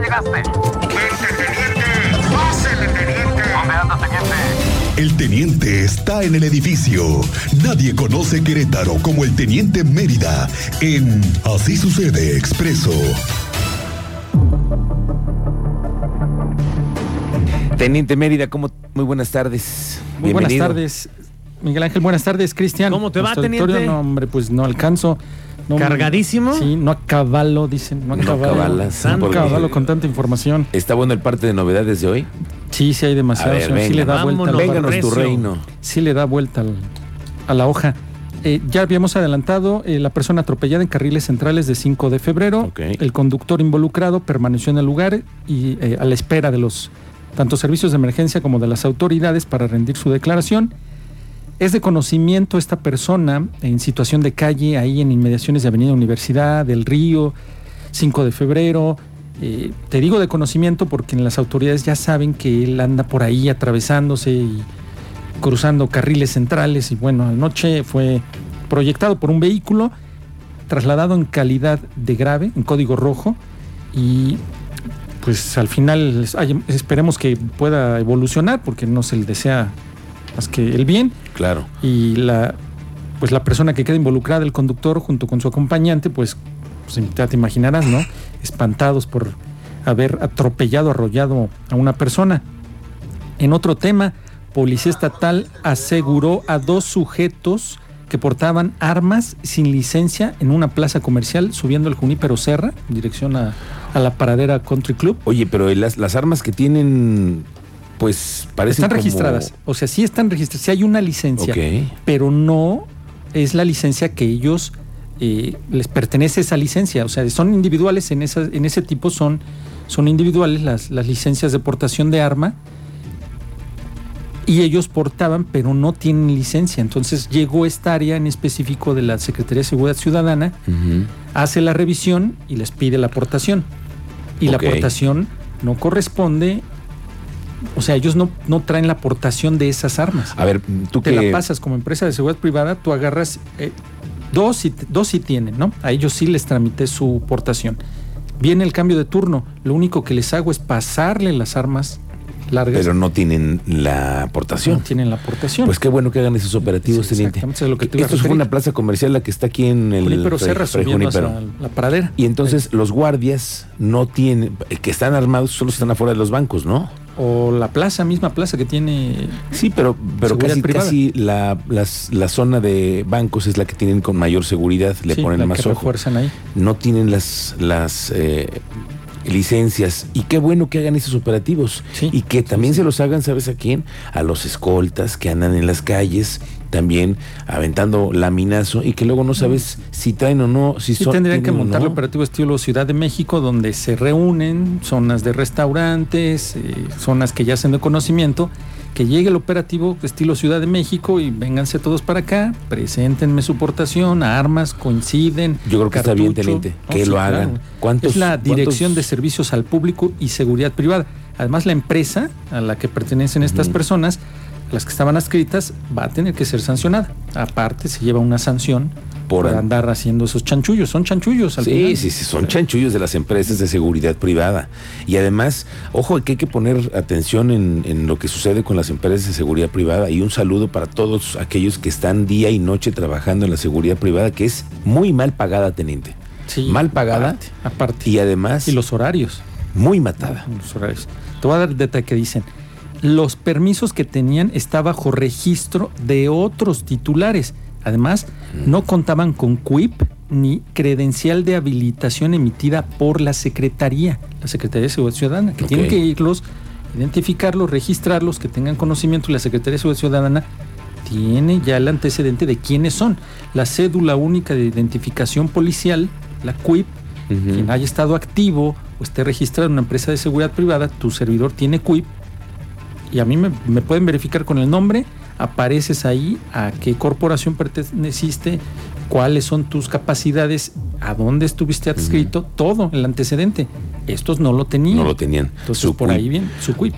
llegaste. ¡Vente, teniente! ¡Pásele, teniente! ¿Dónde anda, teniente? El teniente está en el edificio. Nadie conoce Querétaro como el teniente Mérida en Así sucede expreso. Teniente Mérida, ¿cómo? Muy buenas tardes. Muy buenas Bienvenido. tardes, Miguel Ángel. Buenas tardes, Cristian. ¿Cómo te va, Nuestro auditorio, teniente? No, hombre, pues no alcanzo. No, ¿Cargadísimo? Sí, no acabalo, dicen. No No acabalo. acabalas, No porque- acabalo con tanta información. ¿Está bueno el parte de novedades de hoy? Sí, sí hay demasiado. A ver, señor. sí venga. le da vuelta. al- Vámonos. Vénganos tu Recio. reino. Sí le da vuelta al- a la hoja. Eh, ya habíamos adelantado eh, la persona atropellada en carriles centrales de 5 de febrero. Ok. El conductor involucrado permaneció en el lugar y eh, a la espera de los tanto servicios de emergencia como de las autoridades para rendir su declaración. Es de conocimiento esta persona en situación de calle, ahí en inmediaciones de Avenida Universidad, del Río, 5 de febrero. Eh, te digo de conocimiento porque las autoridades ya saben que él anda por ahí atravesándose y cruzando carriles centrales y bueno, anoche fue proyectado por un vehículo, trasladado en calidad de grave, en código rojo y pues al final es- ay, esperemos que pueda evolucionar porque no se le desea más que el bien Claro. y la pues la persona que queda involucrada, el conductor junto con su acompañante, pues, pues ya te imaginarás, ¿no? Espantados por haber atropellado, arrollado a una persona. En otro tema, Policía Estatal aseguró a dos sujetos que portaban armas sin licencia en una plaza comercial subiendo el Junípero Serra, en dirección a, a la paradera Country Club. Oye, pero las, las armas que tienen, pues parecen Están como- registradas, o sea, sí están registradas, sí hay una licencia. Ok. pero no es la licencia que ellos eh, les pertenece esa licencia. O sea, son individuales en, esas, en ese tipo, son, son individuales las, las licencias de portación de arma y ellos portaban, pero no tienen licencia. Entonces llegó esta área en específico de la Secretaría de Seguridad Ciudadana, Ujú. hace la revisión y les pide la aportación. Y la Ok. aportación no corresponde, o sea, ellos no, no traen la aportación de esas armas A ver, tú te que... la pasas como empresa de seguridad privada, tú agarras eh, dos, y, dos sí tienen, ¿no? A ellos sí les tramité su portación. Viene el cambio de turno, lo único que les hago es pasarle las armas largas. Pero no tienen la no aportación. tienen la portación. Pues qué bueno que hagan esos operativos, Sí, teniente. exactamente, es lo que te iba a Esto fue referir. una plaza comercial la que está aquí en el... Junípero Serra Fray subiendo Junípero. hacia la pradera. Y entonces los guardias no tienen, que están armados, solo están afuera de los bancos, ¿no? O la plaza, misma plaza que tiene. Sí, pero, pero Seguridad casi, privada. casi la, las- la zona de bancos es la que tienen con mayor seguridad, le sí, la ponen más que ojo. refuerzan ahí. No tienen las, las eh, licencias. Y qué bueno que hagan esos operativos. Sí. Y que también se los hagan, ¿sabes a quién? A los escoltas que andan en las calles también aventando laminazo y que luego no sabes si traen o no, si Mm. Sí, son- tendrían que tienen o montar no. el operativo estilo Ciudad de México, donde se reúnen zonas de restaurantes, eh, zonas que ya hacen de conocimiento, que llegue el operativo estilo Ciudad de México y vénganse todos para acá, preséntenme su portación, armas, coinciden. Yo creo que está bien, teniente, que lo hagan. ¿Cuántos- es la Dirección cuántos- de Servicios al Público y Seguridad Privada. Además, la empresa a la que pertenecen estas Ujú. personas, las que estaban adscritas, va a tener que ser sancionada. Aparte, se lleva una sanción Por por, an- andar haciendo esos chanchullos. Son chanchullos al Sí, final. sí, sí, son chanchullos de las empresas de seguridad privada. Y además, ojo, que hay que poner atención en, en lo que sucede con las empresas de seguridad privada. Y un saludo para todos aquellos que están día y noche trabajando en la seguridad privada, que es muy mal pagada, teniente. Sí, mal pagada aparte, aparte. y además Y los horarios. muy matada. Los horarios. Te voy a dar el detalle que dicen. Los permisos que tenían está bajo registro de otros titulares. Además, no contaban con CUIP ni credencial de habilitación emitida por la Secretaría, la Secretaría de Seguridad Ciudadana, que Ok. tienen que irlos, identificarlos, registrarlos, que tengan conocimiento y la Secretaría de Seguridad Ciudadana tiene ya el antecedente de quiénes son. La cédula única de identificación policial, la CUIP, Ujú. quien haya estado activo o esté registrado en una empresa de seguridad privada, tu servidor tiene CUIP y a mí me, me pueden verificar con el nombre, apareces ahí a qué corporación perteneciste, cuáles son tus capacidades, a dónde estuviste adscrito, todo el antecedente. Estos no lo tenían. No lo tenían. Entonces Su por cui- ahí bien, su CUIP.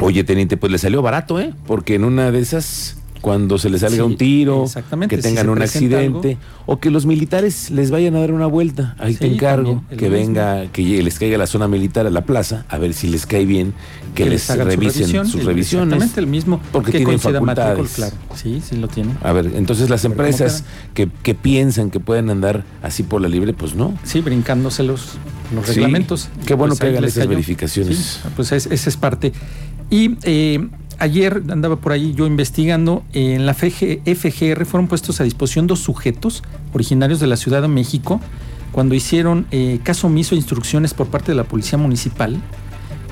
Oye, teniente, pues le salió barato, ¿eh? Porque en una de esas cuando se les salga Sí, un tiro, exactamente, que si tengan se un presenta accidente, o que los militares les vayan a dar una vuelta. Ahí te Sí, encargo también, el que mismo. venga, que llegue- les caiga a la zona militar, a la plaza, a ver si les cae bien, que, les, hagan su revisen revisión, sus el- revisiones. Exactamente el mismo. porque que tienen coincida matrícula, facultades. claro. Sí, sí lo tienen. A ver, entonces las Pero ¿cómo empresas que, que piensan que pueden andar así por la libre, pues no. Sí, brincándose los, los Sí, reglamentos. Pues qué bueno que ahí hagan les esas cayó. verificaciones. Sí, pues es- esa es parte. Y eh, ayer andaba por ahí yo investigando, en la FG FGR fueron puestos a disposición dos sujetos originarios de la Ciudad de México cuando hicieron eh, caso omiso a instrucciones por parte de la Policía Municipal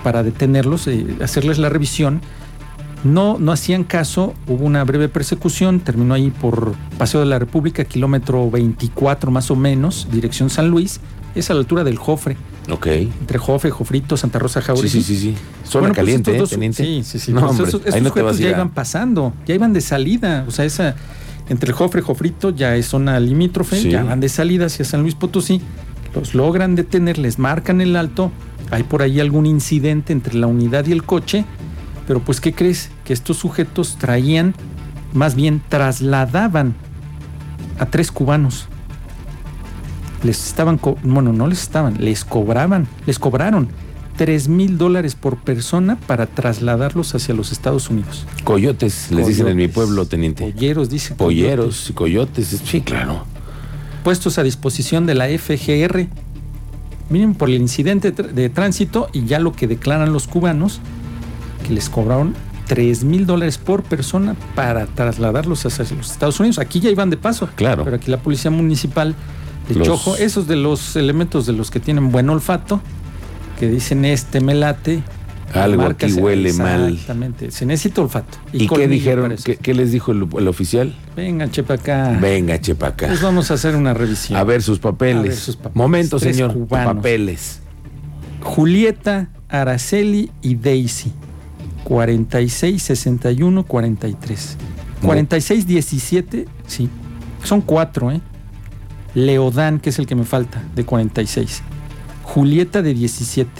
para detenerlos, eh, hacerles la revisión. No, no hacían caso, hubo una breve persecución, terminó ahí por Paseo de la República, kilómetro 24 más o menos, dirección San Luis, es a la altura del Jofre, Ok. entre Jofre, Jofrito, Santa Rosa Sí, Jauregui. sí, sí, sí. Zona Bueno, pues caliente, estos ¿eh, dos- teniente? Sí, sí, sí. No, pues hombre, estos estos ahí no te sujetos vas a ya ir a- iban pasando, ya iban de salida, o sea, esa entre el Jofre, Jofrito ya es zona limítrofe, Sí. ya van de salida hacia San Luis Potosí, los logran detener, les marcan el alto, hay por ahí algún incidente entre la unidad y el coche, pero pues ¿qué crees? Que estos sujetos traían, más bien trasladaban a tres cubanos. Les estaban, co- bueno, no les estaban, les cobraban, les cobraron 3 mil dólares por persona para trasladarlos hacia los Estados Unidos. Coyotes, les dicen en mi pueblo, teniente. Polleros, dice. Polleros, y coyotes, sí, claro. Puestos a disposición de la FGR. Miren, por el incidente tr- de tránsito y ya lo que declaran los cubanos, que les cobraron 3 mil dólares por persona para trasladarlos hacia los Estados Unidos. Aquí ya iban de paso. Claro. Pero aquí la policía municipal de Los- Chojo, esos de los elementos de los que tienen buen olfato, que dicen este me late. Algo aquí se- huele mal. Exactamente. Se necesita olfato. ¿Y, qué colmillo dijeron? para eso. ¿Qué, qué les dijo el, el oficial? Venga, chepa acá. Venga, chepa acá. Ah. Pues vamos a hacer una revisión. A ver sus papeles. A ver sus papeles. Momento, Tres señor. cubanos. Papeles. Julieta, Araceli y Daisy. 46, 61, 43. 46, 17, sí. Son cuatro, ¿eh? Leodán, que es el que me falta, de 46. Julieta de 17.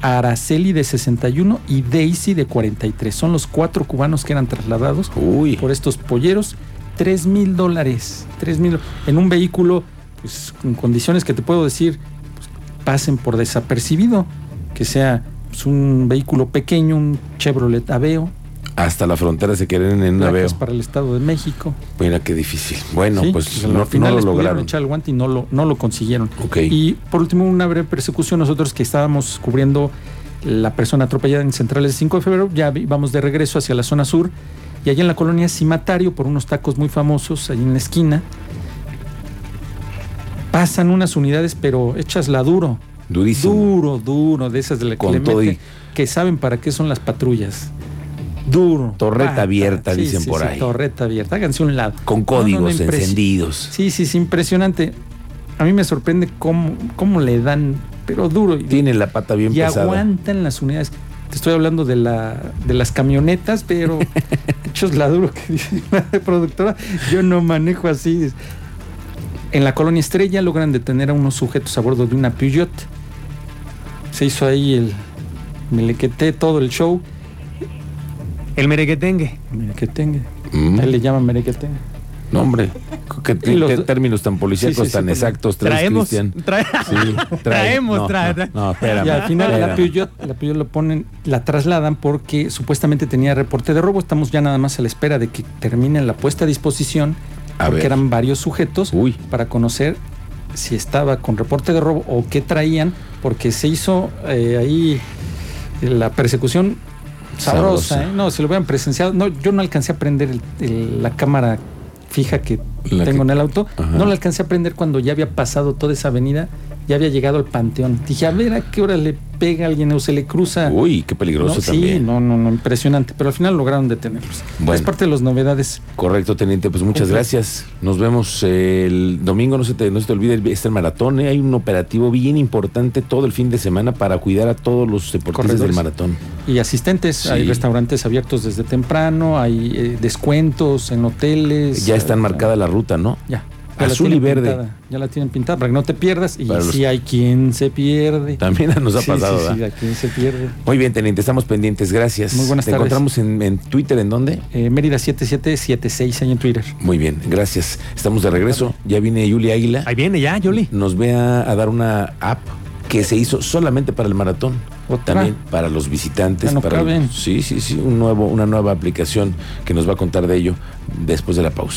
Araceli de 61 y Daisy de 43. Son los cuatro cubanos que eran trasladados Uy. por estos polleros. 3 mil dólares. 3 mil. En un vehículo, pues, en condiciones que te puedo decir, pues, pasen por desapercibido. Que sea pues, un vehículo pequeño, un Chevrolet Aveo. Hasta la frontera se quieren en un placas aveo. para el Estado de México. Mira qué difícil. Bueno, Sí, pues al no, final no lo les pudieron lograron. echar el guante y no lo, no lo consiguieron. Ok. Y por último, una breve persecución. Nosotros que estábamos cubriendo la persona atropellada en Centrales el 5 de febrero, ya vi- íbamos de regreso hacia la zona sur. Y allí en la colonia Cimatario, por unos tacos muy famosos, allí en la esquina, pasan unas unidades, pero hechas la duro. Durísimo. Duro, duro, de esas de la que Con le todo y- meten, que saben para qué son las patrullas. Duro. Torreta pata. abierta, dicen por ahí. Torreta abierta. Háganse un lado. Con No, no, códigos no, impresi- encendidos. Sí, sí, sí, impresionante. A mí me sorprende cómo, cómo le dan, pero duro. Y, Tienen la pata bien y pesada. aguantan las unidades. Te estoy hablando de, la, de las camionetas, pero hechos la duro que dice la productora. Yo no manejo así. En la colonia Estrella logran detener a unos sujetos a bordo de una Peugeot. Se hizo ahí el melequete, todo el show. El merequetengue. Merequetengue. Mm. A él le llaman merequetengue. No, hombre. Qué, qué- Y los- qué términos tan policíacos, Sí, sí, sí, tan perdón. exactos. traes, Traemos. Cristian. trae- Sí, trae- traemos, no, trae- no, no, espérame, Y al final la espérame. Peugeot, la Peugeot lo ponen, la trasladan porque supuestamente tenía reporte de robo. Estamos ya nada más a la espera de que terminen la puesta a disposición, A porque ver. eran varios sujetos Uy. para conocer si estaba con reporte de robo o qué traían, porque se hizo eh, ahí la persecución sabrosa. Sabrosa. ¿eh? No, si lo hubieran presenciado, no, yo no alcancé a prender el- el- la cámara fija que La tengo que- en el auto, Ajá. no la alcancé a prender cuando ya había pasado toda esa avenida, ya había llegado al panteón. Dije, a ver a qué hora le pega alguien o se le cruza. Uy, qué no, peligroso sí, también. no, no, no, impresionante. Pero al final lograron detenerlos. Bueno. Es parte de las novedades. Correcto, teniente. Pues muchas Ujú. gracias. Nos vemos el domingo. No se te, no se te olvide, el- está el maratón. ¿eh? Hay un operativo bien importante todo el fin de semana para cuidar a todos los deportistas del Corredores. maratón. Y asistentes, Sí. hay restaurantes abiertos desde temprano, hay eh, descuentos en hoteles. Ya está eh, marcada la ruta, ¿no? Ya. Ya la Azul y tienen verde. pintada, ya la tienen pintada para que no te pierdas. Y Para los- si hay quien se pierde. También nos ha Sí, pasado. sí, sí, ¿verdad? hay quien se pierde. Muy bien, teniente, estamos pendientes, gracias. Muy buenas Te tardes. encontramos en, en Twitter, ¿en dónde? Eh, Mérida 7776 ahí en Twitter. Muy bien, gracias. Estamos de regreso. Ya viene Julia Águila. Ahí viene ya, Yoli. Nos ve a, a dar una app que se hizo solamente para el maratón. ¿Otra? También para los visitantes. Ya no para caben. sí, sí, sí. Un nuevo, una nueva aplicación que nos va a contar de ello después de la pausa.